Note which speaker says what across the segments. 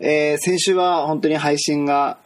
Speaker 1: えー先週は本当に配信が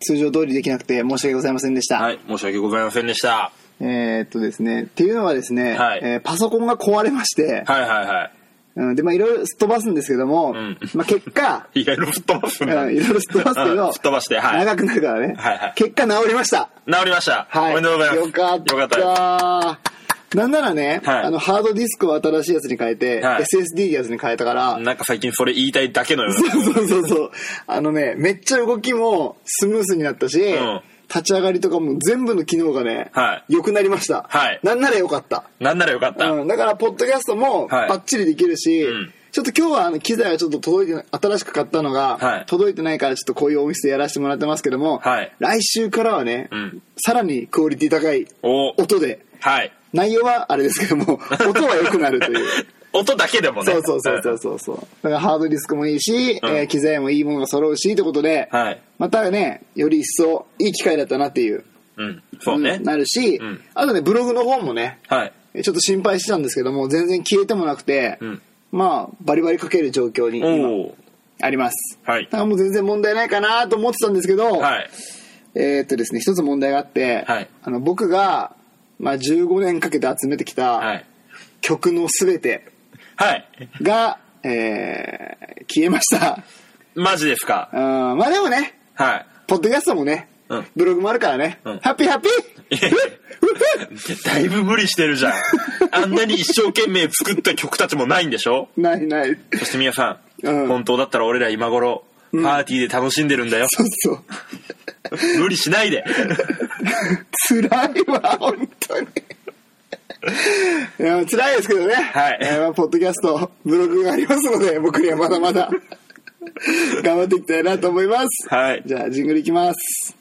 Speaker 1: 通常通りできなくて申し訳ございませんでした。
Speaker 2: はい、申し訳ございませんでした。
Speaker 1: えーっとですね、っていうのはですね、
Speaker 2: はい
Speaker 1: えーパソコンが壊れまして、
Speaker 2: はいはいはい。
Speaker 1: うん、で、まあいろいろすっ飛ばすんですけども、
Speaker 2: ん、
Speaker 1: まあ結果
Speaker 2: いろいろ吹っ飛ばす
Speaker 1: うん
Speaker 2: ね。
Speaker 1: んいろいろすっ飛ばすけ
Speaker 2: う
Speaker 1: ど、
Speaker 2: ん吹っ飛ばしてはい
Speaker 1: 長くなるからね、
Speaker 2: はいはい
Speaker 1: 結果治りました。
Speaker 2: 治りました。
Speaker 1: はい。
Speaker 2: おめでとうございます。
Speaker 1: よかった。
Speaker 2: よかったです。
Speaker 1: なんならね、
Speaker 2: はい
Speaker 1: あの、ハードディスクを新しいやつに変えて、
Speaker 2: はい
Speaker 1: SSD やつに変えたから、
Speaker 2: なんか最近それ言いたいだけのような。
Speaker 1: そうそうそうそう。あのね、めっちゃ動きもスムースになったし、
Speaker 2: ん
Speaker 1: 立ち上がりとかも全部の機能がね、
Speaker 2: は
Speaker 1: 良くなりました。
Speaker 2: はい
Speaker 1: なんなら良かった。
Speaker 2: なんならよかった。
Speaker 1: うん、だから、ポッドキャストも
Speaker 2: はい
Speaker 1: バッチリできるし、
Speaker 2: うん
Speaker 1: ちょっと今日はあの機材がちょっと届いてな新しく買ったの
Speaker 2: は
Speaker 1: が
Speaker 2: い
Speaker 1: 届いてないからちょっとこういうお店やらせてもらってますけども、
Speaker 2: はい
Speaker 1: 来週からはね、
Speaker 2: ん
Speaker 1: さらにクオリティ高い
Speaker 2: お
Speaker 1: 音で
Speaker 2: はい。
Speaker 1: 内容はあれですけど も音は良くなるという。
Speaker 2: 音だけでもね。
Speaker 1: そうそうそうそうそうそうだからハードディスクもいいし、
Speaker 2: うん
Speaker 1: えー機材もいいものが揃うしということで、
Speaker 2: はい
Speaker 1: またねより一層いい機会だったなっていう
Speaker 2: うん。うん。そうね
Speaker 1: ん。なるし、
Speaker 2: うん
Speaker 1: あとねブログの方もね
Speaker 2: はい。
Speaker 1: えちょっと心配してたんですけども全然消えてもなくて、
Speaker 2: うん
Speaker 1: まあバリバリ書ける状況に
Speaker 2: お
Speaker 1: 今
Speaker 2: お。
Speaker 1: あります
Speaker 2: はい
Speaker 1: だ。からもう全然問題ないかなと思ってたんですけど、
Speaker 2: はい。
Speaker 1: えーっとですね一つ問題があって、
Speaker 2: はい
Speaker 1: あの僕が、まあ、15年かけて集めてき
Speaker 2: は
Speaker 1: た
Speaker 2: い。
Speaker 1: 曲の全て
Speaker 2: はい。
Speaker 1: が、えー消えました
Speaker 2: マジですか。
Speaker 1: うんまあでもね
Speaker 2: はい。
Speaker 1: ポッドキャストもね、
Speaker 2: うん
Speaker 1: ブログもあるからね、
Speaker 2: うん
Speaker 1: ハッピーハッピー
Speaker 2: いやいやだいぶ無理してる じゃん。あんなに一生懸命作った曲たちもないんでしょ
Speaker 1: ないない
Speaker 2: そして皆さん、
Speaker 1: うん
Speaker 2: 本当だったら俺ら今頃、パーティーで楽しんでるんだよ。
Speaker 1: そうそう
Speaker 2: 無理しな いで。
Speaker 1: 辛いわ本当にいや辛いですけどね、
Speaker 2: はい
Speaker 1: えーまあポッドキャストブログがありますので僕にはまだまだ頑張っていきたいなと思います、
Speaker 2: はい
Speaker 1: じゃあジングルいきます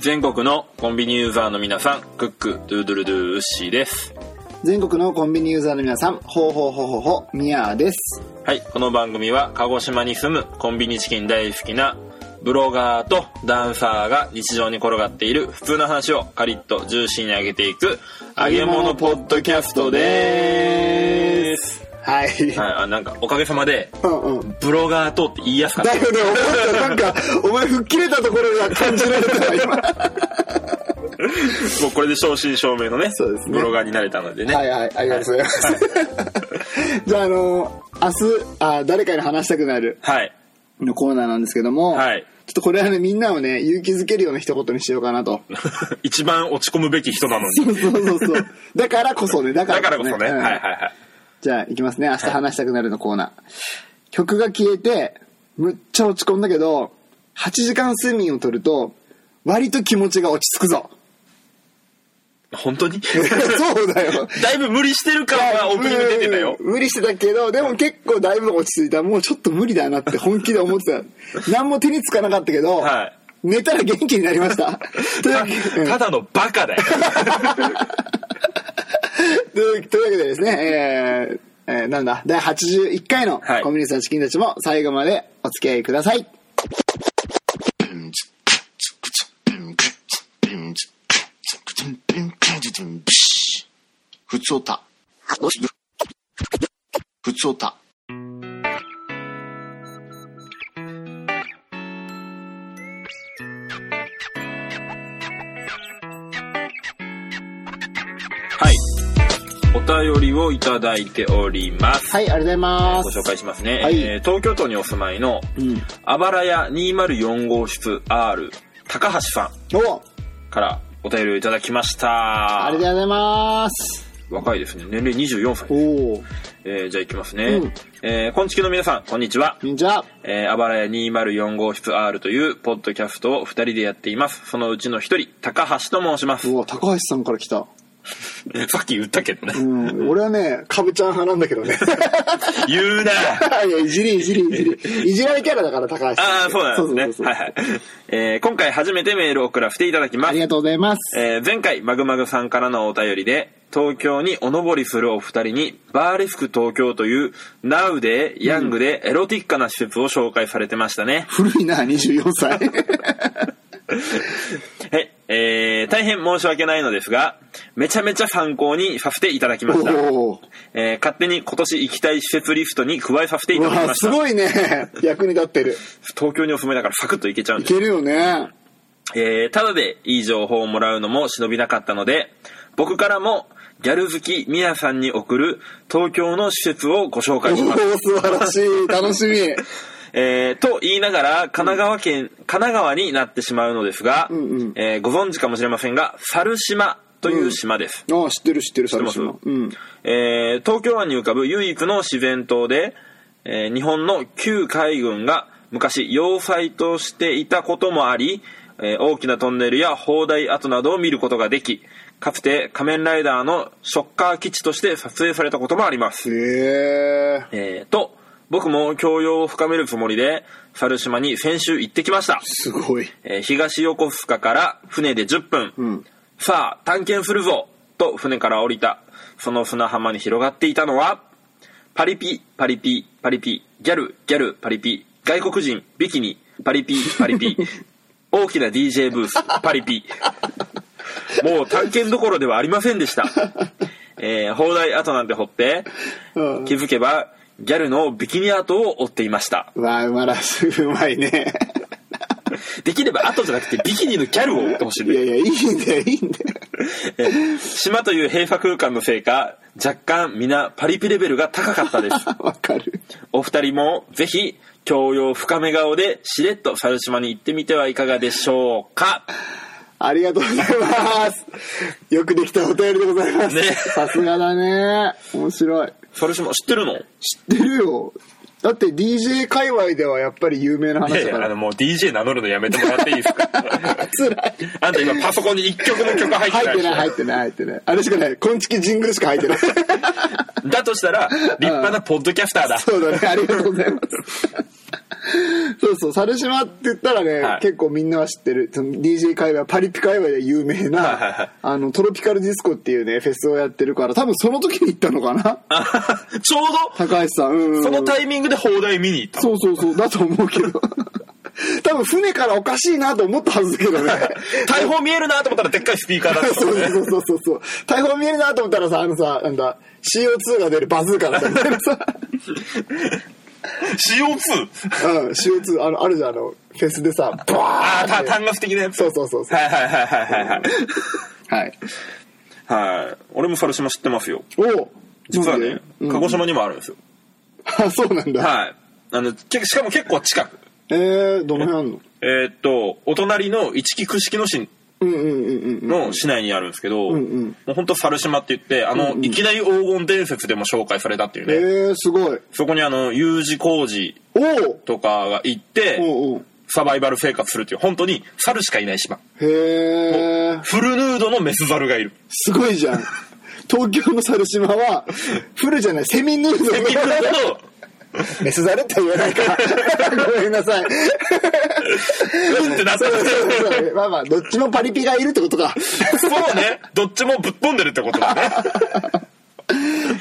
Speaker 2: 全国のコンビニユーザーの皆さん、クック、ドゥードゥルドゥーウッシーです。
Speaker 1: 全国のコンビニユーザーの皆さんほうほうほうほうほうみやーです
Speaker 2: はい、この番組は鹿児島に住むコンビニチキン大好きなブロガーとダンサーが日常に転がっている普通の話をカリッとジューシーに上げていく揚げ物ポッドキャストです。
Speaker 1: はい、
Speaker 2: はい、あなんかおかげさまで
Speaker 1: うんうん
Speaker 2: ブロガーとって言いやすかっ
Speaker 1: だ
Speaker 2: た。
Speaker 1: よね、思ったなん か、お前吹っ切れたところが感じられたわ、今。
Speaker 2: もうこれで正真正銘のね、
Speaker 1: そうですね
Speaker 2: ブロガーになれたのでね。
Speaker 1: はいはい、ありがとうございます。じゃあ、あの、明日、あ、誰かに話したくなる
Speaker 2: はい。
Speaker 1: のコーナーなんですけども、
Speaker 2: はい
Speaker 1: ちょっとこれはね、みんなをね、勇気づけるような一言にしようかな と。
Speaker 2: 一番落ち込むべき人なのに。
Speaker 1: そうそうそうそう。だからこそね、だか
Speaker 2: だかららこそね。
Speaker 1: う
Speaker 2: は
Speaker 1: ん
Speaker 2: いはいはい。
Speaker 1: じゃあ、いきますね。明日話したくなるのコーナー。曲が消えて、むっちゃ落ち込んだけど、8時間睡眠をとると、割と気持ちが落ち着く ぞ。
Speaker 2: 本当に
Speaker 1: そうだよ。
Speaker 2: だいぶ無理してる感はオープニング出てたよ。
Speaker 1: うん無理してたけど、でも結構だいぶ落ち着いた。もうちょっと無理だなって本気で思ってた。何も手につかなかったけど、
Speaker 2: はい
Speaker 1: 寝たら元気になりま した。というわけうん
Speaker 2: ただのバカ だよ。
Speaker 1: というというわけでですね、えーえーなんだ、第81回の
Speaker 2: はい
Speaker 1: コミュニティのチキンたちも最後までお付き合いください。
Speaker 3: ふつおた。ふつおた。
Speaker 2: はい。お便りをいただいております。
Speaker 1: はい、ありがとうございま
Speaker 2: ご
Speaker 1: す。
Speaker 2: 紹介しますね、
Speaker 1: はい
Speaker 2: えー東京都にお住まいの、
Speaker 1: ん
Speaker 2: あばらや204号室 R、高橋さ
Speaker 1: お
Speaker 2: んからお便りをいただきました。
Speaker 1: ありがとうございます。
Speaker 2: 若いですね。年齢24歳。
Speaker 1: おお、
Speaker 2: えーじゃあ行きますね。
Speaker 1: うん
Speaker 2: えー、こんちきの皆さん、こんにちは。
Speaker 1: じゃあ、
Speaker 2: えー、あばらや204号室 R というポッドキャストを2人でやっています。そのうちの1人、高橋と申します。
Speaker 1: うわ、高橋さんから来た。
Speaker 2: さっき言ったけどね。
Speaker 1: うん、俺はね、かぶちゃん派なんだけどね。
Speaker 2: 言うな
Speaker 1: いや、いじりいじりいじり。いじられキャラだから、高橋さん。
Speaker 2: ああ、そうなんで
Speaker 1: そう
Speaker 2: す
Speaker 1: そうそ
Speaker 2: ね。
Speaker 1: う
Speaker 2: はいはい。えー今回初めてメールを送らせていただきま
Speaker 1: あり
Speaker 2: す。
Speaker 1: がとうございます。
Speaker 2: えー前回、マグマグさんからのお便りで、東京におのぼりするお二人にバーレスク東京というナウでヤングでエロティックな施設を紹介されてましたね、
Speaker 1: 古いな、24歳。
Speaker 2: はいえー、大変申し訳ないのですがめちゃめちゃ参考にさせていただきました、
Speaker 1: おお。
Speaker 2: えー勝手に今年行きたい施設リストに加えさせていうただき
Speaker 1: わ、
Speaker 2: まし
Speaker 1: す
Speaker 2: た
Speaker 1: ごいね。役に立ってる。
Speaker 2: 東京にお住まいだからサクッと行けちゃうん
Speaker 1: い
Speaker 2: です
Speaker 1: けるよね。
Speaker 2: えーただでいい情報をもらうのも忍びなかったので僕からもギャル好きミヤさんに送る東京の施設をご紹
Speaker 1: おお
Speaker 2: 介します
Speaker 1: ー、素晴らしい。楽 しみ。
Speaker 2: えーと言いながら神奈川県、神奈川になってしまうのですが、
Speaker 1: んうん
Speaker 2: えーご存知かもしれませんが猿島という島です、
Speaker 1: ああ、知ってる知ってる、猿
Speaker 2: 知って
Speaker 1: 島
Speaker 2: ま。す
Speaker 1: うん。
Speaker 2: えー東京湾に浮かぶ唯一の自然島で、えー日本の旧海軍が昔要塞としていたこともあり、えー大きなトンネルや砲台跡などを見ることができかつて仮面ライダーのショッカー基地として撮影されたこともあります
Speaker 1: へえ。
Speaker 2: えーと僕も教養を深めるつもりで猿島に先週行ってきました、
Speaker 1: すごい。
Speaker 2: えー東横須賀から船で10分、
Speaker 1: うん。
Speaker 2: さあ探検するぞと船から降りたその砂浜に広がっていたのはパリピパリピパリピギャルギャルパリピ外国人ビキニパリピパ リピ大きな DJ ブースパリピもう探検どころではありません でした、えー、砲台跡なんて掘って
Speaker 1: うん
Speaker 2: 気づけばギャルのビキニ跡を追っていました
Speaker 1: うわ、うまらす、うまいね。
Speaker 2: できれば跡じゃなくてビキニのギャルを追ってほしいん
Speaker 1: い
Speaker 2: です
Speaker 1: やいや、いいんだよ、いいんだよ。
Speaker 2: えー 島という閉鎖空間のせいか若干皆パリピレベルが高か ったです
Speaker 1: わかる。
Speaker 2: お二人もぜひ教養深め顔でしれっと猿島に行ってみてはいかがでしょうか
Speaker 1: ありがとうございます。よくできたお便りでございます。
Speaker 2: ね
Speaker 1: さすがだね。面白い。
Speaker 2: 猿島知ってるの
Speaker 1: 知ってるよ。だって DJ 界隈ではやっぱり有名ない
Speaker 2: や
Speaker 1: 話
Speaker 2: い
Speaker 1: だか
Speaker 2: やあの
Speaker 1: ら。
Speaker 2: もう DJ 名乗るのやめてもらっていいです か
Speaker 1: 辛い。
Speaker 2: あんた今パソコンに一曲も曲入ってな
Speaker 1: 入っ
Speaker 2: い
Speaker 1: てない、入ってない、入ってない。あれしかない。昆虫ジングルしか入って ない。
Speaker 2: だとしたら立派なポッドキャスターだ
Speaker 1: そうだね。ありがとうございます。そうそう、猿島って言ったらね、
Speaker 2: はい
Speaker 1: 結構みんなは知ってる、その DJ 界隈、パリピ界隈で有名な、
Speaker 2: はいはいはい
Speaker 1: あの、トロピカルディスコっていうね、フェスをやってるから、多分その時に行ったのかな
Speaker 2: あ ちょう
Speaker 1: 高橋さん。うん、う
Speaker 2: ど
Speaker 1: ん。
Speaker 2: そのタイミングで放題見に行 ったの
Speaker 1: そうそうそう、だと思うけど。多分船からおかしいなと思ったはずだけ どね。
Speaker 2: 大砲見えるなと思ったらでっかいスピーカーだった
Speaker 1: そ
Speaker 2: の
Speaker 1: う
Speaker 2: ね
Speaker 1: そうそうそうそう。大砲見えるなと思ったらさ、あのさ、なんだ、CO2 が出るバズーカだったみたいなさ。
Speaker 2: CO2
Speaker 1: うん、CO2、あの、あるじゃん、あの、フェスでさ、
Speaker 2: あ
Speaker 1: バ
Speaker 2: あた
Speaker 1: ーンって
Speaker 2: 単額的なやつ
Speaker 1: そうそうそうそう。
Speaker 2: はいはいはいはいはい
Speaker 1: はい。
Speaker 2: はい。はい。俺も猿島知ってますよ。
Speaker 1: お
Speaker 2: 実はね、鹿児
Speaker 1: 島。
Speaker 2: 島にもあるんですよ。
Speaker 1: あ、そうなんだ。
Speaker 2: はい。あの、けしかも結構近く。
Speaker 1: えー、どの辺あんの
Speaker 2: えーっと、お隣の一木串木野市
Speaker 1: うんうんうんうんうん。
Speaker 2: の市内にあるんですけど、
Speaker 1: んうん
Speaker 2: もうほんと猿島って言って、あの、いきなり黄金伝説でも紹介されたっていう
Speaker 1: え
Speaker 2: ね。
Speaker 1: ー、すごい。
Speaker 2: そこにあの、U 字工事
Speaker 1: おお
Speaker 2: とかが行って、
Speaker 1: おう
Speaker 2: サバイバル生活するっていう、本当に猿しかいない島。
Speaker 1: おうへー。
Speaker 2: フルヌードのメス猿がいる。
Speaker 1: すごいじゃん。東京の猿島は、フルじゃない、セミヌードル。
Speaker 2: セミヌードの
Speaker 1: メスザルって言わないか。ごめんなさい。
Speaker 2: うんってなった
Speaker 1: そうそうそうまあまあ、どっちもパリピがいるってことか。
Speaker 2: そうね。どっちもぶっ飛んでるってことだね。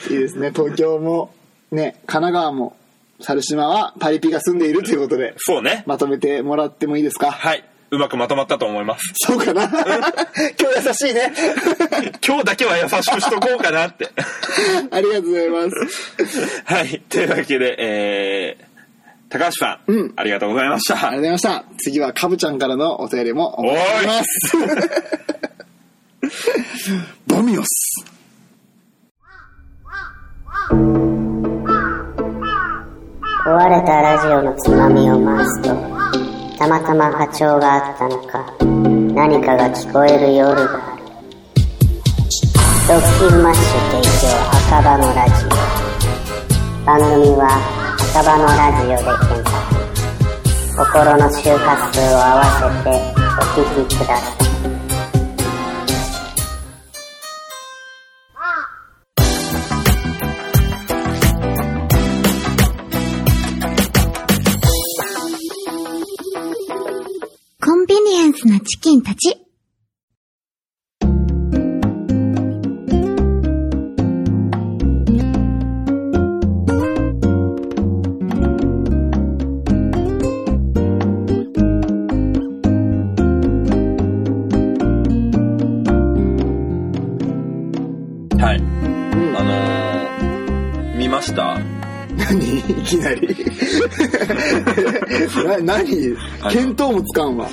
Speaker 1: いいですね。東京も、ね、神奈川も、猿島はパリピが住んでいるということで、
Speaker 2: そうね。
Speaker 1: まとめてもらってもいいですか
Speaker 2: はい。うまくまとまったと思い ます。
Speaker 1: そうかな今日優しいね。
Speaker 2: 今日だけは優しくしとこうかなって。
Speaker 1: ありがとうございます。
Speaker 2: はい。というわけで、えー、高橋さん、
Speaker 1: うん
Speaker 2: ありがとうございました。
Speaker 1: ありがとうございました。次はカブちゃんからのお便りもお待ちしております。ボミオス。
Speaker 3: 壊れたラジオのつまみを回すとたまたま波長があったのか何かが聞こえる夜がある「ドッキンマッシュ提供赤羽のラジオ」番組は赤羽のラジオで検索心の周波数を合わせてお聞きください
Speaker 4: コンビニエンスなチキンたち。
Speaker 1: 何いきなりな何
Speaker 2: あの
Speaker 1: 見当もつかんわ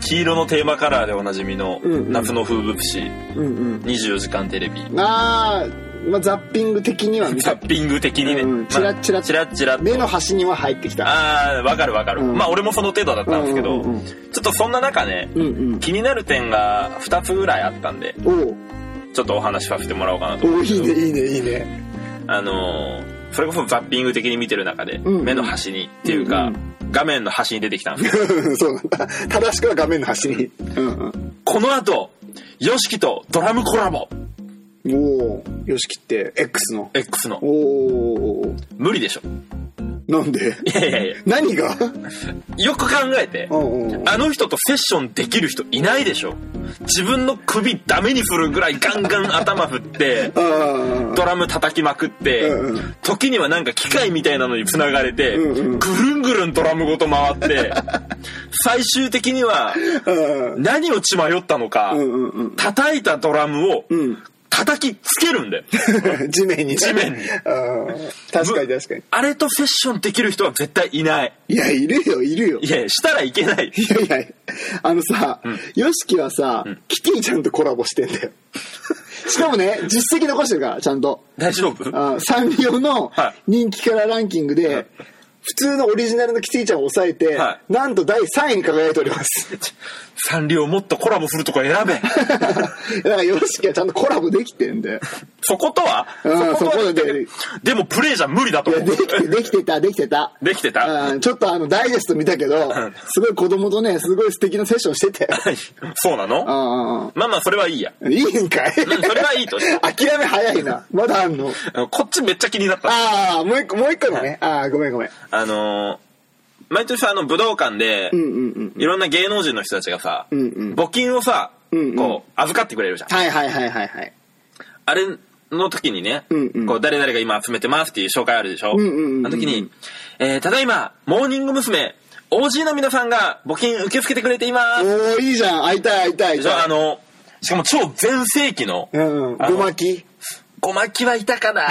Speaker 2: 黄色のテーマカラーでおなじみの
Speaker 1: うんうん
Speaker 2: 夏の風物詩
Speaker 1: うん
Speaker 2: 24時間テレビ
Speaker 1: うんあー、まあザッピング的には見
Speaker 2: ザ
Speaker 1: た
Speaker 2: ッピング的にね、
Speaker 1: うんチラッチラッ
Speaker 2: まあチラッチラッと
Speaker 1: 目の端には入ってきた
Speaker 2: ああわかるわかる、
Speaker 1: うん
Speaker 2: まあ俺もその程度だったんですけど、
Speaker 1: うんうんうん
Speaker 2: ちょっとそんな中ね、
Speaker 1: うんうん
Speaker 2: 気になる点が2つぐらいあったんで
Speaker 1: おう
Speaker 2: ちょっとお話しさせてもらおうかなと
Speaker 1: お
Speaker 2: 思
Speaker 1: う
Speaker 2: うんです
Speaker 1: いい
Speaker 2: けど
Speaker 1: ねいいねいいね
Speaker 2: あのーそれこそザッピング的に見てる中で、
Speaker 1: うん
Speaker 2: 目の端にっていうか、
Speaker 1: うんう
Speaker 2: 画面の端に出てきたんですよ
Speaker 1: そう なんだ正しくは画面の端にうん
Speaker 2: この後 YOSHIKI とドラムコラボ
Speaker 1: うんおおよしきって X の
Speaker 2: X の
Speaker 1: おお
Speaker 2: 無理でしょ
Speaker 1: なんで
Speaker 2: いやいやい
Speaker 1: 何 が
Speaker 2: やよく考えて
Speaker 1: うんうん
Speaker 2: あの人とセッションできる人いないでしょ自分の首ダメにするぐらいガンガン頭振って
Speaker 1: あー
Speaker 2: ドラム叩きまくって、
Speaker 1: うんうん
Speaker 2: 時にはなんか機械みたいなのに繋がれて、
Speaker 1: うんうん
Speaker 2: ぐるんぐるんドラムごと回って 最終的には
Speaker 1: あ
Speaker 2: 何を血迷ったのか、
Speaker 1: ーうんうんうん
Speaker 2: 叩いたドラムを
Speaker 1: うん
Speaker 2: 叩きつけるんだよ、
Speaker 1: 地面にね
Speaker 2: 地面に
Speaker 1: あー確かに確かに
Speaker 2: あれとセッションできる人は絶対いない
Speaker 1: いやいるよいるよ
Speaker 2: いやいやしたらいけ ない
Speaker 1: いやいやあのさ、ヨシキはさ、キティちゃんとコラボしてんだよしかもね実績残してるからちゃんと
Speaker 2: 大丈夫
Speaker 1: あサンリオの
Speaker 2: は
Speaker 1: 人気からランキングで、普通のオリジナルのキティちゃんを抑えて、
Speaker 2: は
Speaker 1: なんと第3位に輝いております
Speaker 2: サンリオもっとコラボするとこ選 べ
Speaker 1: だからヨシキはちゃんとコラボできてんだよ
Speaker 2: そことは
Speaker 1: うん
Speaker 2: そことは
Speaker 1: そこで
Speaker 2: でもプレイじゃ無理だと
Speaker 1: い
Speaker 2: 思
Speaker 1: や
Speaker 2: う
Speaker 1: できてできてたできてた
Speaker 2: できてた
Speaker 1: うんちょっとあのダイジェスト見たけど
Speaker 2: ん
Speaker 1: すごい子供とねすごい素敵なセッションしてたよ
Speaker 2: そうなの
Speaker 1: あ
Speaker 2: まあまあそれはいいや
Speaker 1: あいいんかい
Speaker 2: うんそれはいいとして
Speaker 1: 諦め早いなまだあんの
Speaker 2: こっちめっちゃ気になった
Speaker 1: ああもう一個もう一個のねああごめんごめん
Speaker 2: あのー毎年あの武道館で、
Speaker 1: うんうんうん
Speaker 2: いろんな芸能人の人たちがさ、
Speaker 1: うんうん
Speaker 2: 募金をさ、
Speaker 1: うんうん
Speaker 2: こう預かってくれるじゃん
Speaker 1: はいはいはいはいはい
Speaker 2: あれの時にね、
Speaker 1: うんうん
Speaker 2: こう誰々が今集めてますっていう紹介あるでしょ、
Speaker 1: うんうんうんうん
Speaker 2: あの時に、えーただいま、モーニング娘。OG の皆さんが募金受け付けてくれています。
Speaker 1: おおいいじゃん会いたい会いたい
Speaker 2: じゃあ、あの、しかも超全盛期の、
Speaker 1: うんうん
Speaker 2: あ
Speaker 1: ご
Speaker 2: の
Speaker 1: ま き
Speaker 2: ごまきはいた かな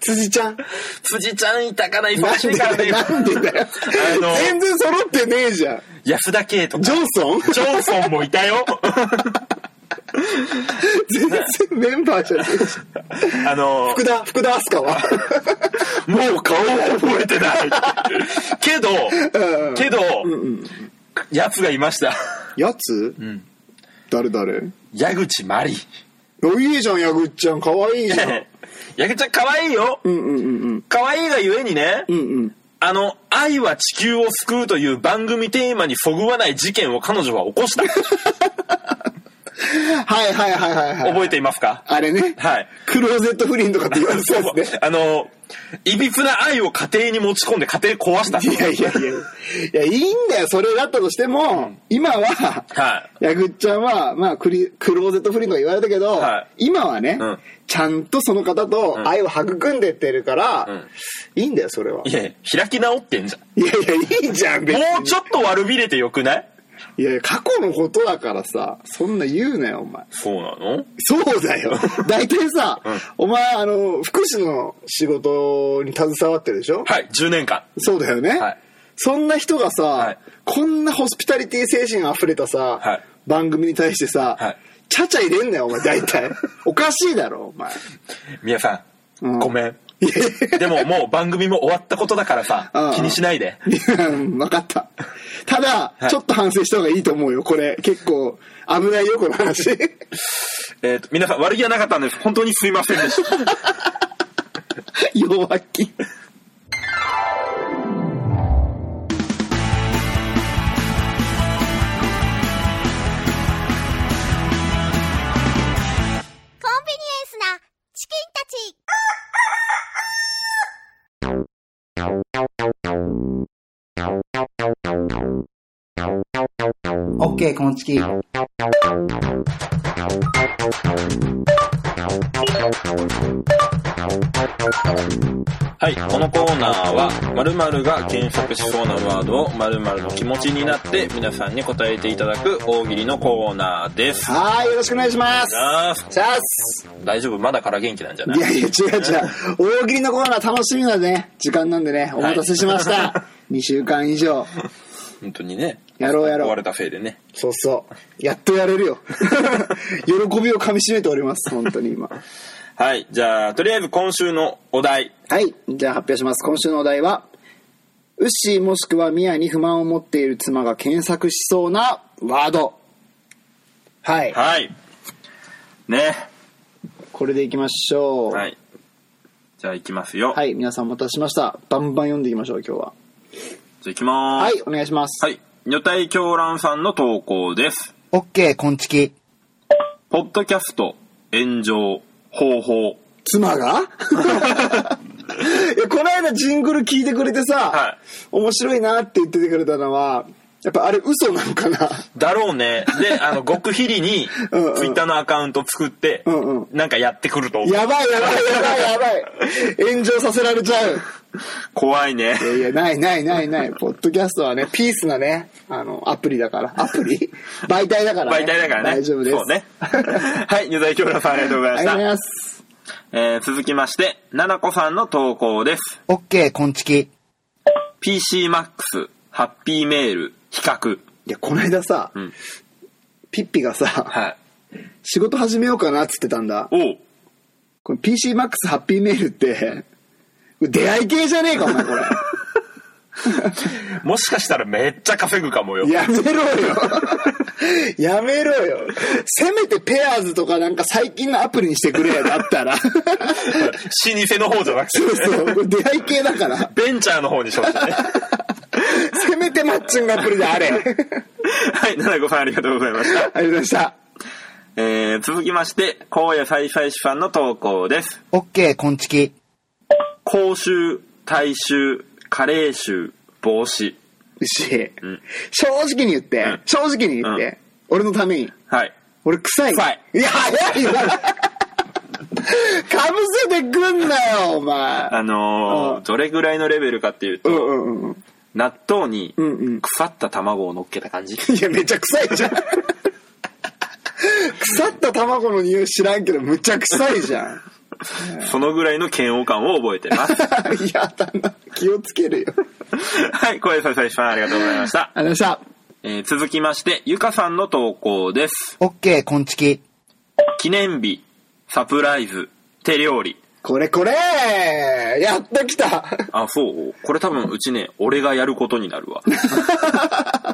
Speaker 1: 辻ちゃん
Speaker 2: 辻ちゃんいたかな
Speaker 1: な
Speaker 2: 忙
Speaker 1: ん
Speaker 2: し
Speaker 1: で
Speaker 2: いから
Speaker 1: だ
Speaker 2: ね
Speaker 1: よなんでだよ
Speaker 2: あ の
Speaker 1: 全然揃ってねえじゃん
Speaker 2: 安田圭とか、
Speaker 1: ジョンソン
Speaker 2: ジョンソンもい たよ。
Speaker 1: 全然メンバーじゃねえじゃん
Speaker 2: あの、
Speaker 1: 福田福田明日香は
Speaker 2: もう顔を覚え てない。けど、
Speaker 1: うんうん
Speaker 2: けど、やつがいました。
Speaker 1: やつ、
Speaker 2: ん
Speaker 1: 誰誰
Speaker 2: 矢口まり。
Speaker 1: おいいじゃん矢口ちゃん可愛 いじゃん
Speaker 2: 矢口ちゃん可愛いよ。
Speaker 1: うんうんうんうん
Speaker 2: 可愛いがゆえにね、
Speaker 1: うんうん
Speaker 2: あの、愛は地球を救うという番組テーマにそぐわない事件を彼女は起 こした。
Speaker 1: はいはいはいはいはい
Speaker 2: 覚えていますか
Speaker 1: あれね
Speaker 2: はい。
Speaker 1: クローゼット不倫とかって言われてたやつね
Speaker 2: あの、いびつな愛を家庭に持ち込んで家庭壊した。
Speaker 1: いやいやいやいやいいんだよそれだったとしても、今は
Speaker 2: は
Speaker 1: 矢口ちゃんは、まあ、クリクローゼット不倫とか言われたけど、
Speaker 2: は
Speaker 1: 今はね、
Speaker 2: うん。
Speaker 1: ちゃんとその方と愛を育んでってるから、いいんだよそれはい
Speaker 2: いやいや、開き直ってんじゃん。
Speaker 1: いやいやいいじゃん別に
Speaker 2: もうちょっと悪びれてよくない
Speaker 1: いやいや過去のことだからさそんな言うなよお前
Speaker 2: そうなの
Speaker 1: そうだ よ大体さ、お前あの福祉の仕事に携わってるでしょ、
Speaker 2: はい、10年間。
Speaker 1: そうだよね、
Speaker 2: はい
Speaker 1: そんな人がさ、
Speaker 2: はい
Speaker 1: こんなホスピタリティ精神あふれたさ、
Speaker 2: はい
Speaker 1: 番組に対してさ、
Speaker 2: はい
Speaker 1: ちゃちゃ入れんなよお前大 体おかしいだろお前
Speaker 2: 皆さん、
Speaker 1: うん
Speaker 2: ごめ ん。でももう番組も終わったことだからさ
Speaker 1: うん、
Speaker 2: 気にしないで。
Speaker 1: 分かったただ、
Speaker 2: はい
Speaker 1: ちょっと反省した方がいいと思うよこれ結構危ないよこの 話
Speaker 2: えっ、と、皆さん悪気はなかったんです。本当にすいませんでした。
Speaker 1: 弱気
Speaker 4: コンビニエンスなチキンたち
Speaker 5: オッケー、こんちき。
Speaker 2: ははい、このコーナーは、〇〇が検索しそうなワードを〇〇の気持ちになって皆さんに答えていただく大喜利のコーナーです。
Speaker 1: はーい、よろしくお願いします。
Speaker 2: あー
Speaker 1: チャンス
Speaker 2: 大丈夫まだから元気なんじゃない
Speaker 1: いやいや、違う違う。大喜利のコーナー楽しみなね、時間なんでね、お待たせしました。2週間以上。
Speaker 2: 本当にね。
Speaker 1: やろうやろう
Speaker 2: 壊れたせいでね。
Speaker 1: そうそう。やっとやれる よ。喜びをかみしめております、本当に今。
Speaker 2: はい、じゃあ、とりあえず今週のお題。
Speaker 1: はい、じゃあ発表します。今週のお題は、ウッシーもしくはミヤに不満を持っている妻が検索しそうなワード。はい、
Speaker 2: はい。ね。
Speaker 1: これでいきましょう。
Speaker 2: はい。じゃあ、行きますよ。
Speaker 1: はい、皆さんお待たせしました。バンバン読んでいきましょう、今日は。
Speaker 2: じゃあ、行きまー
Speaker 1: は
Speaker 2: す。
Speaker 1: い、お願いします。
Speaker 2: はい。女体狂乱さんの投稿です。
Speaker 5: オッケー、こんちき。
Speaker 2: ポッドキャスト、炎上、方法。
Speaker 1: 妻が いやこの間ジングル聞いてくれてさ、
Speaker 2: はい
Speaker 1: 面白いなって言っててくれたのはやっぱあれ嘘なのかな
Speaker 2: だろうね。で、 あの、極秘裏に、
Speaker 1: うんうん
Speaker 2: ツイッターのアカウント作って
Speaker 1: うんう、
Speaker 2: なんかやってくると思う。
Speaker 1: やばいやばいやばいやばい炎上させられちゃう
Speaker 2: 怖い ね。
Speaker 1: いやいやないないないないポッドキャストはねピースなねあのアプリだからアプリ媒体だから、ね、
Speaker 2: 媒体だからね。
Speaker 1: 大丈夫です
Speaker 2: そ うね。はい、女体狂乱さんありがとうござい
Speaker 1: あ
Speaker 2: まし
Speaker 1: りがとうござい
Speaker 2: た。
Speaker 1: ます
Speaker 2: えー続きまして、ななこさんの投稿です。
Speaker 5: オッケー、こんちき。
Speaker 2: PCMAX、ハッピーメール、比較。
Speaker 1: いやこの間さ、
Speaker 2: ん
Speaker 1: ピッピがさ、
Speaker 2: はい。
Speaker 1: 仕事始めようかなっつってたんだ
Speaker 2: おう。
Speaker 1: この PCMAX ハッピーメールって、これ出会い系じゃねえか、お前これ。
Speaker 2: もしかしたらめっちゃ稼ぐかもよ。
Speaker 1: やめろよ。 やめろよ。せめてペアーズとかなんか最近のアプリにしてくれよ、だったら。
Speaker 2: 老舗の方じゃ なくて、
Speaker 1: そうそう、これ出会い系だから。
Speaker 2: ベンチャーの方にしてほしい ね。
Speaker 1: せめてマッチングアプリであれ。ありがとう
Speaker 2: はい、7個さんありがとうございました。
Speaker 1: ございました。
Speaker 2: えー、続きまして、荒野再々師さんの投稿です。
Speaker 5: オッケー、こんちき。
Speaker 2: 口臭、体臭、加齢臭、防止。
Speaker 1: し、
Speaker 2: ん
Speaker 1: 正直に言って、
Speaker 2: ん
Speaker 1: 正直に言って、俺のために。
Speaker 2: はい。
Speaker 1: 俺臭い。
Speaker 2: 臭い。
Speaker 1: いや、早い わ。かぶせてくんなよ、お前。
Speaker 2: あの
Speaker 1: う
Speaker 2: ー、
Speaker 1: ん
Speaker 2: どれぐらいのレベルかっていう
Speaker 1: うん
Speaker 2: と、
Speaker 1: うんうん。
Speaker 2: 納豆に
Speaker 1: うんうん
Speaker 2: 腐った卵を乗っけた感じ。
Speaker 1: いや、めちゃ臭いじゃん。腐った卵の匂い知らんけど、むちゃ臭いじゃん。
Speaker 2: そのぐらいの嫌悪感を覚えてます。
Speaker 1: やだな。気をつけるよ。
Speaker 2: はい、荒野再々師さんありがとうございました。
Speaker 1: ありがとうございました。
Speaker 2: えー続きまして、ゆかさんの投稿です。
Speaker 5: オッケー、こんちき。
Speaker 2: 記念日、サプライズ、手料理。
Speaker 1: これこれやっと来た
Speaker 2: あ、そう。これ多分うちね、俺がやることにな るわ。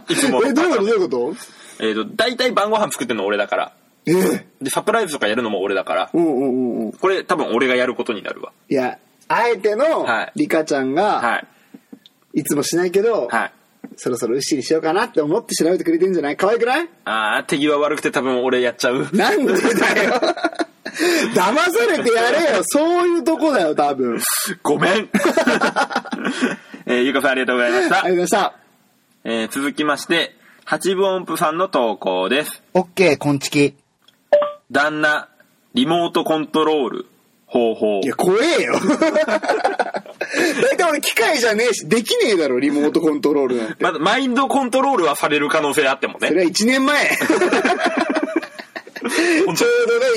Speaker 2: いつもの
Speaker 1: え、どういうことどういうこと
Speaker 2: えっ、と、大体晩ご飯作ってんの俺だから。
Speaker 1: ええ
Speaker 2: で、サプライズとかやるのも俺だから。
Speaker 1: うんうんうんうん。
Speaker 2: これ多分俺がやることになるわ。
Speaker 1: いや、あえての
Speaker 2: はい、
Speaker 1: リカちゃんが、
Speaker 2: はい。
Speaker 1: いつもしないけど、
Speaker 2: はい。
Speaker 1: そろそろウッシーにしようかなって思って調べてくれてんじゃない可愛くない
Speaker 2: あー、手際悪くて多分俺やっちゃう。
Speaker 1: なんでだ よ。騙されてやれよ。そういうとこだよ、多分。
Speaker 2: ごめ ん。 えーゆかさんありがとうございまし
Speaker 1: あり。がとう
Speaker 2: た
Speaker 1: ございました。
Speaker 2: えー続きまして、八分音符さんの投稿です。
Speaker 5: オッケー、こんちき。
Speaker 2: 旦那、リモートコントロール、方法
Speaker 1: い。や、怖えよ。 大体俺機械じゃねえし、できねえだろ、リモートコントロールなんて。
Speaker 2: まだ、マインドコントロールはされる可能性あっても
Speaker 1: そ
Speaker 2: ね。
Speaker 1: れは1年前。ちょうどね、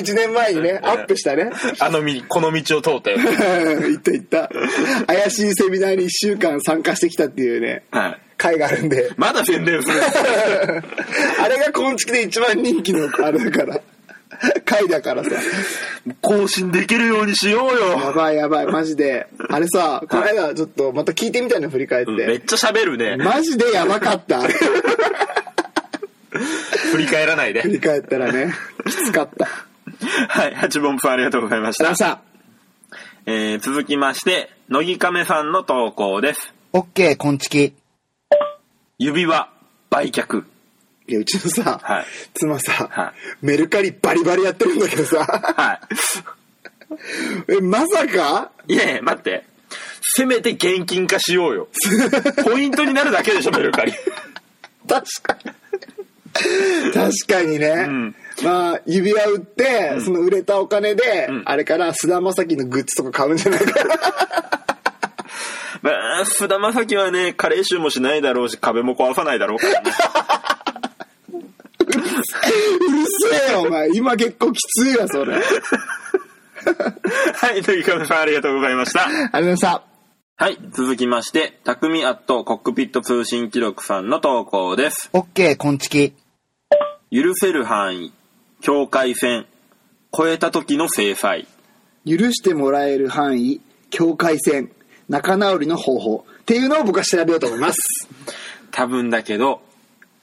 Speaker 1: 1年前にね、アップしたね。
Speaker 2: あのみ、この道を通ったよ。
Speaker 1: 行った行った。怪しいセミナーに1週間参加してきたっていうね、
Speaker 2: はい。
Speaker 1: 会があるんで。
Speaker 2: まだ宣伝する。
Speaker 1: あれが昆虫で一番人気のあれだから。会だからさ。
Speaker 2: 更新できるようにしよう
Speaker 1: や
Speaker 2: よ。
Speaker 1: ばいやばい、マジで。あれさ、この間ちょっとまた聞いてみたいの振り返って。
Speaker 2: めっちゃ喋るね。
Speaker 1: マジでやばかった、あれ。
Speaker 2: 振り返らない
Speaker 1: 振
Speaker 2: で。
Speaker 1: り返ったらね、きつかった。
Speaker 2: はい、八分さんありがとうございまし
Speaker 1: さ
Speaker 2: た
Speaker 1: あ。さ
Speaker 2: えー、続きまして、乃木亀さんの投稿です。
Speaker 5: オッケー、こんちき。
Speaker 2: 指輪、売却。
Speaker 1: いや、うちのさ、
Speaker 2: はい
Speaker 1: 妻さ、
Speaker 2: は
Speaker 1: メルカリバリバリやってるんだけど さ、
Speaker 2: は
Speaker 1: え、まさか
Speaker 2: い。い やいや、待って。せめて現金化しようよ。ポイントになるだけでしょ、メルカリ。
Speaker 1: 確かに。確かにね、
Speaker 2: ん
Speaker 1: まあ指輪売って、その売れたお金で、
Speaker 2: ん
Speaker 1: あれから菅田将暉のグッズとか買うんじゃないかな
Speaker 2: まあ、菅田将暉はね、加齢臭もしないだろうし、壁も壊さないだろう からね。
Speaker 1: うるせえよ、お前。今結構きついわ、それ。ありがと
Speaker 2: はい、ということでさんありがとうございまし
Speaker 1: う
Speaker 2: た。
Speaker 1: ございました。
Speaker 2: はい、続きまして、匠アットコックピット通信記録さんの投稿です。
Speaker 5: オッケー、こんちき。
Speaker 2: 許せる範囲、境界線、超えた時の制裁。
Speaker 1: 許してもらえる範囲、境界線、仲直りの方法っていうのを僕は調べようと思います。
Speaker 2: 多分だけど、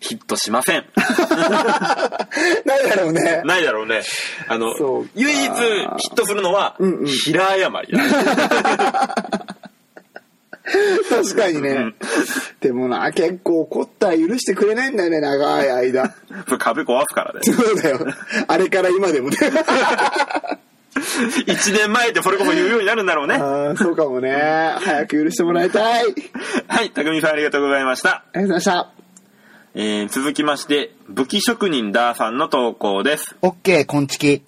Speaker 2: ヒットしません。
Speaker 1: なんだろうね。
Speaker 2: ないだろうね。あの
Speaker 1: そうか、
Speaker 2: 唯一ヒットするのは
Speaker 1: んうん、
Speaker 2: 平誤り だ。
Speaker 1: 確かにね。でもな、結構怒ったら許してくれないんだよね、長い間。
Speaker 2: それ壁壊すからね。
Speaker 1: そうだよ。あれから今で もね。
Speaker 2: 一年前ってそれこそ言うようになるんだろうね。
Speaker 1: あーそうかもね。早く許してもらいたい。あり
Speaker 2: はい、匠さんありがとうございました。
Speaker 1: がとうございました。
Speaker 2: えー続きまして、武器職人ダーさんの投稿です。
Speaker 5: オッケー、こんちき。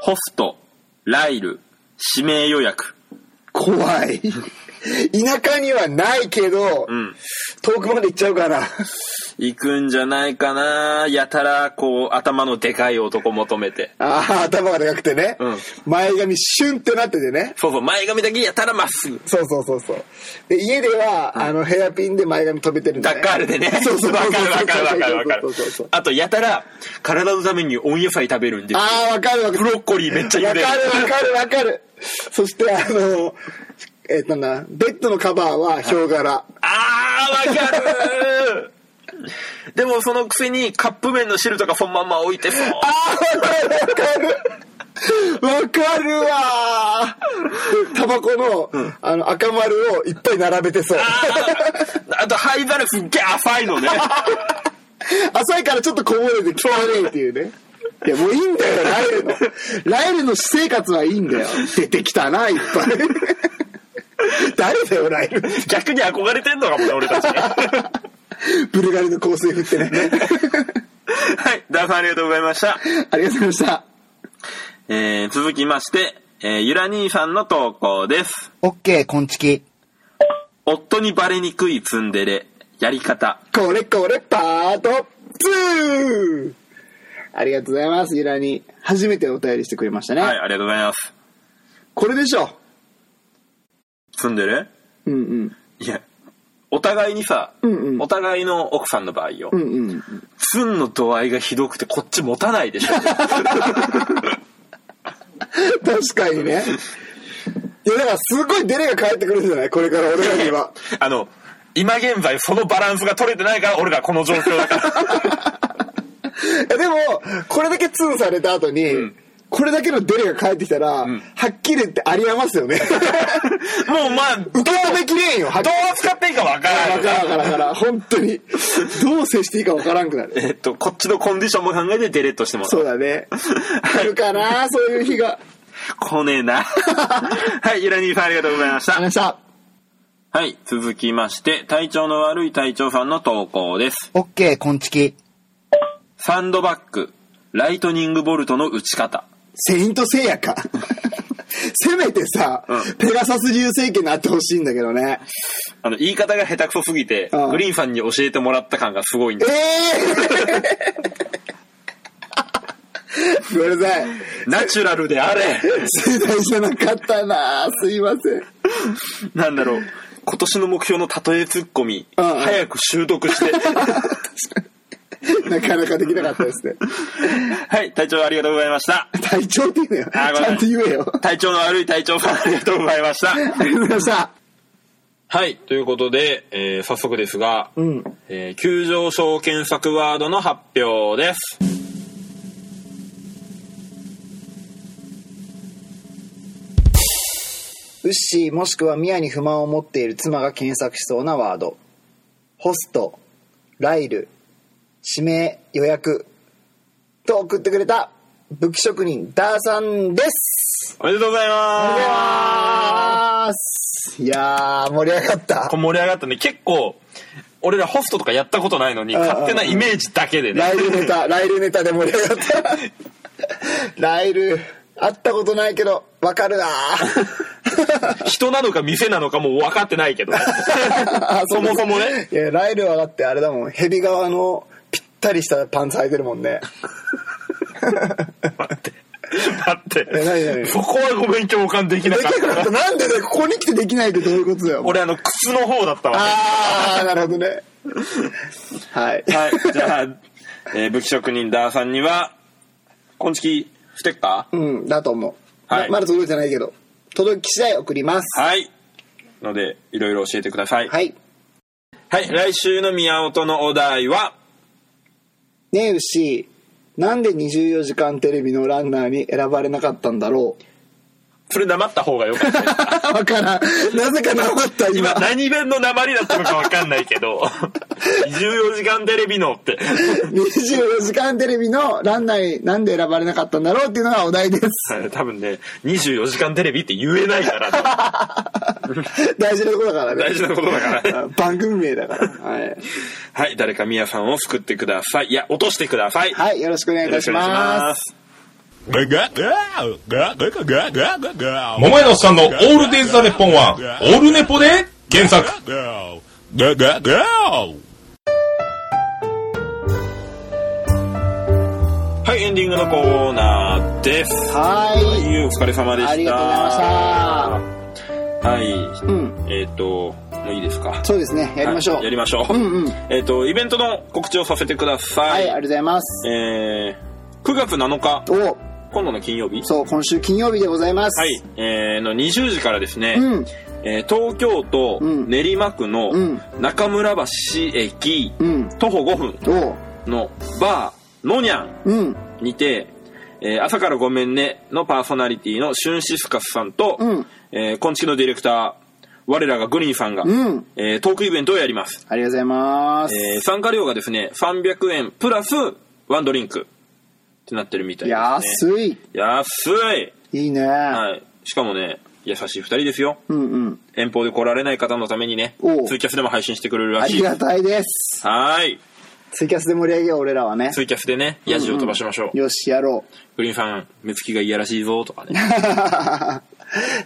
Speaker 2: ホスト、ライル、指名予約。
Speaker 1: 怖い。田舎にはないけど、
Speaker 2: うん。
Speaker 1: 遠くまで行っちゃうから。
Speaker 2: 行くんじゃないかなやたら、こう、頭のでかい男求めて。
Speaker 1: ああ、頭がでかくてね。
Speaker 2: うん
Speaker 1: 前髪シュンってなっててね。
Speaker 2: そうそう、前髪だけやたらまっすぐ。
Speaker 1: そうそうそうそう。で、家では、あの、ヘアピンで前髪飛べてるんだ、
Speaker 2: ダ
Speaker 1: ね。
Speaker 2: ッカール でね。
Speaker 1: そうそう
Speaker 2: わかるわかるわかるわか
Speaker 1: そ
Speaker 2: る
Speaker 1: うそうそう。
Speaker 2: あと、やたら、体のために温野菜食べるんですよ。
Speaker 1: ああ、わかるわかる。
Speaker 2: ブロッコリーめっちゃ茹
Speaker 1: わ
Speaker 2: で
Speaker 1: か
Speaker 2: る。
Speaker 1: るわかるわかる。そして、あの、えっ、とな、ベッドのカバーはヒョウ柄。
Speaker 2: あー、わかるでも、そのくせに、カップ麺の汁とかそのまんま置いてそう。
Speaker 1: ああ、わかるわかる。わかるわーでタバコの、あの、赤丸をいっぱい並べてそう。
Speaker 2: あと、灰皿すっげえ浅いの ね。
Speaker 1: 浅いからちょっとこぼれて汚いっていうね。いや、もういいんだよ、ライルの。ライルの私生活はいいんだよ。出てきたな、いっぱい。 誰だよ、ライル。
Speaker 2: 逆に憧れてんのかもね、俺たち ね。
Speaker 1: ブルガリの香水振ってね。
Speaker 2: はい、ダーさんありがとうございました。
Speaker 1: ありがとうございました。
Speaker 2: えー、続きまして、えー、ゆら兄さんの投稿です。
Speaker 5: オッケー、こんちき。
Speaker 2: 夫にバレにくいツンデレ、やり方。
Speaker 1: これこれパート 2! ありがとうございます、ゆらに。初めてお便りしてくれましたね。
Speaker 2: はい、ありがとうございます。
Speaker 1: これでしょ。
Speaker 2: ツンデレ
Speaker 1: うんうん。
Speaker 2: いや、お互いにさ、
Speaker 1: うんうん
Speaker 2: お互いの奥さんの場合よ、
Speaker 1: うんうん。
Speaker 2: ツンの度合いがひどくてこっち持たないでしょ。
Speaker 1: 確かに ね。いや、だからすごいデレが返ってくるんじ ゃないこれから俺らには。
Speaker 2: あの、今現在そのバランスが取れてないから俺らこの状況だから。
Speaker 1: いやでも、これだけツンされた後に、
Speaker 2: ん
Speaker 1: これだけのデレが返ってきたら、
Speaker 2: ん
Speaker 1: はっきり言ってありえますよね。
Speaker 2: もうまあ、どう
Speaker 1: 受け止めきれんよ、はっきり
Speaker 2: 扱っていいかわからない
Speaker 1: わからんからから、本当に。どう接していいかわからんくなる。
Speaker 2: えっと、こっちのコンディションも考えてデレッとしてもらう
Speaker 1: そうだね。あるかな、そういう日が。
Speaker 2: 来ね えな。はい、ゆらにーさんありがとうございまし
Speaker 1: あり
Speaker 2: た。
Speaker 1: ました。
Speaker 2: はい、続きまして、体調の悪い隊長さんの投稿です。
Speaker 5: オッケー、こんちき。
Speaker 2: サンドバッグ、ライトニングボルトの打ち方。
Speaker 1: セイントセイヤ か。せめてさ、
Speaker 2: うん
Speaker 1: ペガサス流星拳になってほしいんだけどね。
Speaker 2: あの、言い方が下手くそすぎて、
Speaker 1: うん
Speaker 2: グリーンさんに教えてもらった感がすごいん
Speaker 1: え
Speaker 2: で。
Speaker 1: えー、ごめんなさい。
Speaker 2: ナチュラルであれ
Speaker 1: 世代じゃなかったなすいません。
Speaker 2: なんだろう。今年の目標の例えツッコミ、
Speaker 1: うんうん
Speaker 2: 早く習得 して。
Speaker 1: なかなかできなかったです ね。
Speaker 2: はい、隊長ありがとうございました。
Speaker 1: 体調って言うのよ。ち
Speaker 2: あごめん
Speaker 1: ゃんと言えよ。
Speaker 2: 体調の悪い隊長さんありがとうございました。
Speaker 1: ありがとうございました。
Speaker 2: はい、ということで、えー早速ですが、
Speaker 1: うん。
Speaker 2: えー急上昇検索ワードの発表です。
Speaker 1: ウッシーもしくはミヤに不満を持っている妻が検索しそうなワード。ホスト、ライル、指名、予約。と送ってくれた武器職人、ダーさんです。
Speaker 2: おめでとうござい
Speaker 1: ありがとうござい
Speaker 2: ま
Speaker 1: ます。いやー、盛り上がっ
Speaker 2: す。
Speaker 1: た
Speaker 2: こ。れ盛り上がったね。結構、俺らホストとかやったことないのに、
Speaker 1: んうん
Speaker 2: 勝手なイメージだけでね
Speaker 1: ラ。イルネ タ、ライルネタで盛り上がった。ライル、会ったことないけど、わかるなー
Speaker 2: 人なのか店なのかもう分かっ てないけどね そもそもね
Speaker 1: いやライルはだってあれだもん蛇側のぴったりしたパンツ履いてるもんね
Speaker 2: 待って待っ
Speaker 1: え何何
Speaker 2: てそこはご勉強感でき
Speaker 1: で
Speaker 2: な
Speaker 1: き
Speaker 2: か
Speaker 1: な
Speaker 2: っ
Speaker 1: くなったたなんでだよここに来てできないってどういうことだよ
Speaker 2: 俺あの靴の方だったわ
Speaker 1: ああなるほどねはい
Speaker 2: はい、じゃあ、えー武器職人ダーさんには、今月ステッカ
Speaker 1: うんだと思う、
Speaker 2: はい
Speaker 1: ままだ届いてないけど届き次第送ります
Speaker 2: ーはい。ので、いろいろ教えてください。はい、
Speaker 1: はい
Speaker 2: 来週の宮本のお題は、
Speaker 1: ねえ牛なんで24時間テレビのランナーに選ばれなかったんだろう
Speaker 2: それ黙った方がよかったです。
Speaker 1: わからんなぜかなかった 今
Speaker 2: 今、何弁の鉛だったのかわかんないけど、24時間テレビのって。
Speaker 1: 24時間テレビのランナーになんで選ばれなかったんだろうっていうのがお題です。
Speaker 2: 多分ね、24時間テレビって言えないから、
Speaker 1: 大事なことだからね。
Speaker 2: 大事なことだか らね。
Speaker 1: あ番組名だから。はい。
Speaker 2: はい、誰か宮さんを救ってください。いや、落としてください。
Speaker 1: はい、よろしくお願いいたします。
Speaker 2: す。
Speaker 6: 桃屋のおっさんのオールデイズ・ザ・ネッポンは、オールネポで検索。
Speaker 2: はい、エンディングのコーナーです。
Speaker 1: は
Speaker 2: はい、お疲れ様で
Speaker 1: い。
Speaker 2: した。
Speaker 1: ありがとうございまし
Speaker 2: はい、
Speaker 1: た。うん。
Speaker 2: えっ、と、もういいですか。
Speaker 1: そうですね。やりましょう。
Speaker 2: はいやりましょう。
Speaker 1: うんうん。
Speaker 2: えっ、と、イベントの告知をさせてくださ。
Speaker 1: はいい、ありがとうございます。
Speaker 2: えー、9月7日、
Speaker 1: お、
Speaker 2: 今度の金曜日。
Speaker 1: そう、今週金曜日でございます。
Speaker 2: はい。、えー、の20時からですね、
Speaker 1: うん。
Speaker 2: えー東京都
Speaker 1: うん
Speaker 2: 練馬区の
Speaker 1: うん
Speaker 2: 中村橋駅、
Speaker 1: うん。
Speaker 2: 徒歩5分
Speaker 1: お、
Speaker 2: のバー、のにゃん
Speaker 1: うん。
Speaker 2: にて、えー朝からごめんねのパーソナリティのシュンシスカスさんと、
Speaker 1: うん
Speaker 2: えー、今月のディレクター、我らがグリーンさんが、
Speaker 1: うん。
Speaker 2: えートークイベントをやります。
Speaker 1: ありがとうございます。
Speaker 2: えー参加料がですね、300円プラスワンドリンクってなってるみたいです、ね。
Speaker 1: 安い。
Speaker 2: 安い安い
Speaker 1: いいね。
Speaker 2: はい。しかもね、優しい二人ですよ。
Speaker 1: うんうん。
Speaker 2: 遠方で来られない方のためにね
Speaker 1: おう、
Speaker 2: ツイキャスでも配信してくれるら
Speaker 1: あ
Speaker 2: し
Speaker 1: り
Speaker 2: い。
Speaker 1: がたいです。
Speaker 2: はーい。
Speaker 1: ツイキャスで盛り上げよう、俺らはね。
Speaker 2: ツイキャスでね、ヤジを飛ばしましょう。
Speaker 1: よし、やろう。
Speaker 2: グリーンさん、目つきがいやらしいぞとかね。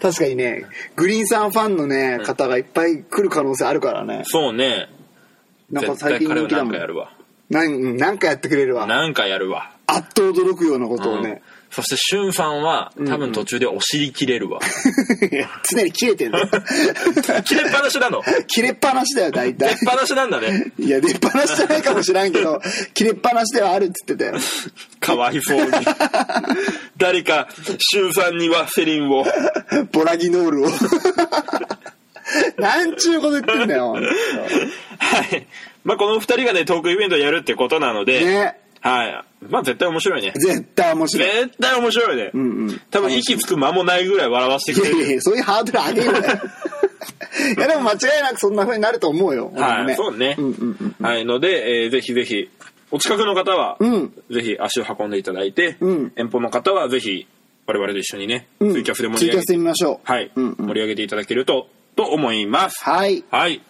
Speaker 1: 確かにね、グリーンさんファンのね、方がいっぱい来る可能性あるからね。
Speaker 2: そうね。
Speaker 1: なんか
Speaker 2: 絶
Speaker 1: 最
Speaker 2: 対
Speaker 1: 近
Speaker 2: 彼
Speaker 1: 人
Speaker 2: は
Speaker 1: 気だ
Speaker 2: なん
Speaker 1: も
Speaker 2: か
Speaker 1: ん
Speaker 2: や。るわ。
Speaker 1: なんうんなんかやってくれるわ。
Speaker 2: なんかやるわ。
Speaker 1: あっと驚くようなことを
Speaker 2: うん
Speaker 1: ね。
Speaker 2: そして、シュンさんは、多分途中でお尻切れるわ。
Speaker 1: いや 常に切れてんだよ。
Speaker 2: 切れっぱなしなの。
Speaker 1: 切れっぱなしだよ、大
Speaker 2: 出っ
Speaker 1: 体。
Speaker 2: ぱなしなん だね。
Speaker 1: いや、出っぱなしじゃないかもしらんけ ど、切れっぱなしではあるっつってたよ。
Speaker 2: かわ いそうに。誰か、シュンさんにワセリ ンを。
Speaker 1: ボラギノールを。なんちゅうこと言ってんだよ。
Speaker 2: はい。まあ、この二人がね、トークイベントやるってことなので、
Speaker 1: ね。
Speaker 2: はい。まあ、絶対面白いね。
Speaker 1: 絶対面白い。
Speaker 2: 絶対面白いね。
Speaker 1: んうん
Speaker 2: 多分、息つく間もないぐらい笑わせて
Speaker 1: い
Speaker 2: く
Speaker 1: や
Speaker 2: れ
Speaker 1: い
Speaker 2: る。
Speaker 1: やそういうハードル上げ るなよ。いや、でも間違いなくそんな風になると思うよ。俺も
Speaker 2: はい。そうね。
Speaker 1: うんうんうん。
Speaker 2: はい。ので、えーぜひぜひ、お近くの方は、
Speaker 1: うん
Speaker 2: ぜひ足を運んでいただいて、
Speaker 1: うん
Speaker 2: 遠方の方はぜひ、我々と一緒にね、
Speaker 1: うん
Speaker 2: ツイキャスで盛
Speaker 1: ツ
Speaker 2: り
Speaker 1: イキャ
Speaker 2: 上げ
Speaker 1: スで
Speaker 2: て、
Speaker 1: 見ましょう。
Speaker 2: はい、
Speaker 1: うんう
Speaker 2: 盛
Speaker 1: ん。
Speaker 2: り上げていただけると、と思います。
Speaker 1: はい。
Speaker 2: はい。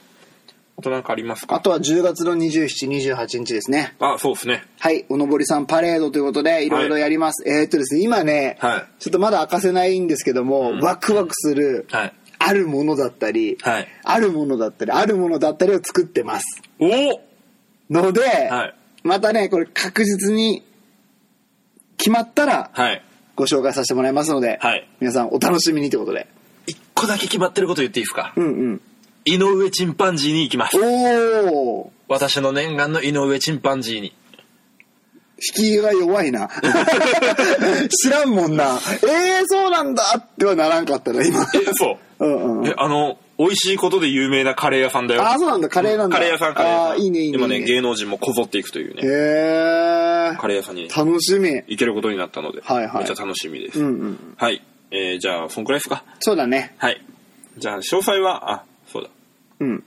Speaker 2: あとなんかあります
Speaker 1: あ
Speaker 2: か
Speaker 1: とは10月の27、28日ですね。
Speaker 2: あ、そうですね。
Speaker 1: はい。おのぼりさんパレードということで、いろいろやります。えーっとですね、今ね、
Speaker 2: はい
Speaker 1: ちょっとまだ明かせないんですけども、ワクワクする、
Speaker 2: はい。
Speaker 1: あるものだったり、
Speaker 2: はい
Speaker 1: あるものだったり、あるものだったりを作ってます。
Speaker 2: おお
Speaker 1: ので、
Speaker 2: はい
Speaker 1: またね、これ確実に決まったら、
Speaker 2: はい。
Speaker 1: ご紹介させてもらいますので、
Speaker 2: はい
Speaker 1: 皆さんお楽しみにということで。
Speaker 2: 一個だけ決まってること言っていいですか
Speaker 1: うんうん。
Speaker 2: 井上チンパンジーに行きます。
Speaker 1: おー
Speaker 2: 私の念願の井上チンパンジーに。
Speaker 1: 引きが弱い な。知らんもんな。えー、そうなんだってはならんかったな、今。
Speaker 2: え、そうう。
Speaker 1: んうん。
Speaker 2: え、あの、美味しいことで有名なカレー屋さんだよ。
Speaker 1: あー、そうなんだ、カレーなんだ。
Speaker 2: カレー屋さん、カレー屋
Speaker 1: あ
Speaker 2: さ
Speaker 1: ー
Speaker 2: ん。
Speaker 1: いいね、いいね。
Speaker 2: 今ね、
Speaker 1: いい
Speaker 2: 芸能人もこぞっていくというね、
Speaker 1: へ
Speaker 2: カレー屋さんに
Speaker 1: ー。楽しみ。
Speaker 2: 行けることになったので、
Speaker 1: はいはい
Speaker 2: めっちゃ楽しみです。
Speaker 1: うんうん。
Speaker 2: はい。えーじゃあ、そんくらいですか
Speaker 1: そうだね。
Speaker 2: はい。じゃあ、詳細は、あ、そうだ。
Speaker 1: うん。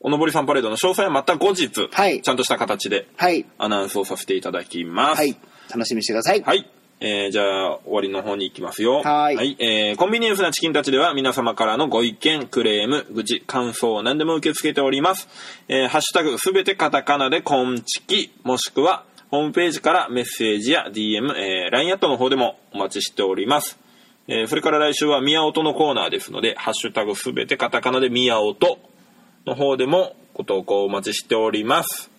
Speaker 2: おのぼりさんパレードの詳細はまた後日、
Speaker 1: はい
Speaker 2: ちゃんとした形で
Speaker 1: はい。
Speaker 2: アナウンスをさせていただきます。
Speaker 1: はい。楽しみにしてください。
Speaker 2: はい。えーじゃあ、終わりの方に行きますよ。
Speaker 1: はい
Speaker 2: えーコンビニエンスなチキンたちでは皆様からのご意見、クレーム、愚痴、感想を何でも受け付けております。えーハッシュタグすべてカタカナでコンチキ、もしくは、ホームページからメッセージや DM、えー LINE アットの方でもお待ちしております。えーそれから来週は宮音のコーナーですので、ハッシュタグすべてカタカナで宮音の方でもご投稿お待ちしております。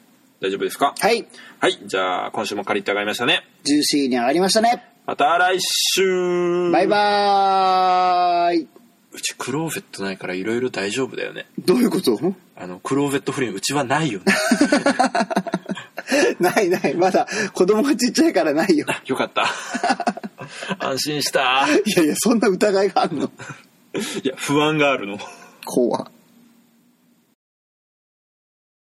Speaker 2: 大丈夫ですか
Speaker 1: はい。
Speaker 2: はい。じゃあ、今週も借りて上がりましたね。
Speaker 1: ジューシーに上がりましたね。
Speaker 2: また来週
Speaker 1: バイバーイ。
Speaker 2: うちクローゼットないからいろいろ大丈夫だよね。
Speaker 1: どういうこと
Speaker 2: あの、クローゼット不倫、うちはないよね。
Speaker 1: ないない。まだ子供がちっちゃいからないよ。
Speaker 2: あよ かった。安心した。
Speaker 1: いやいや、そんな疑いがあるの。
Speaker 2: いや、不安があるの。
Speaker 1: 怖っ。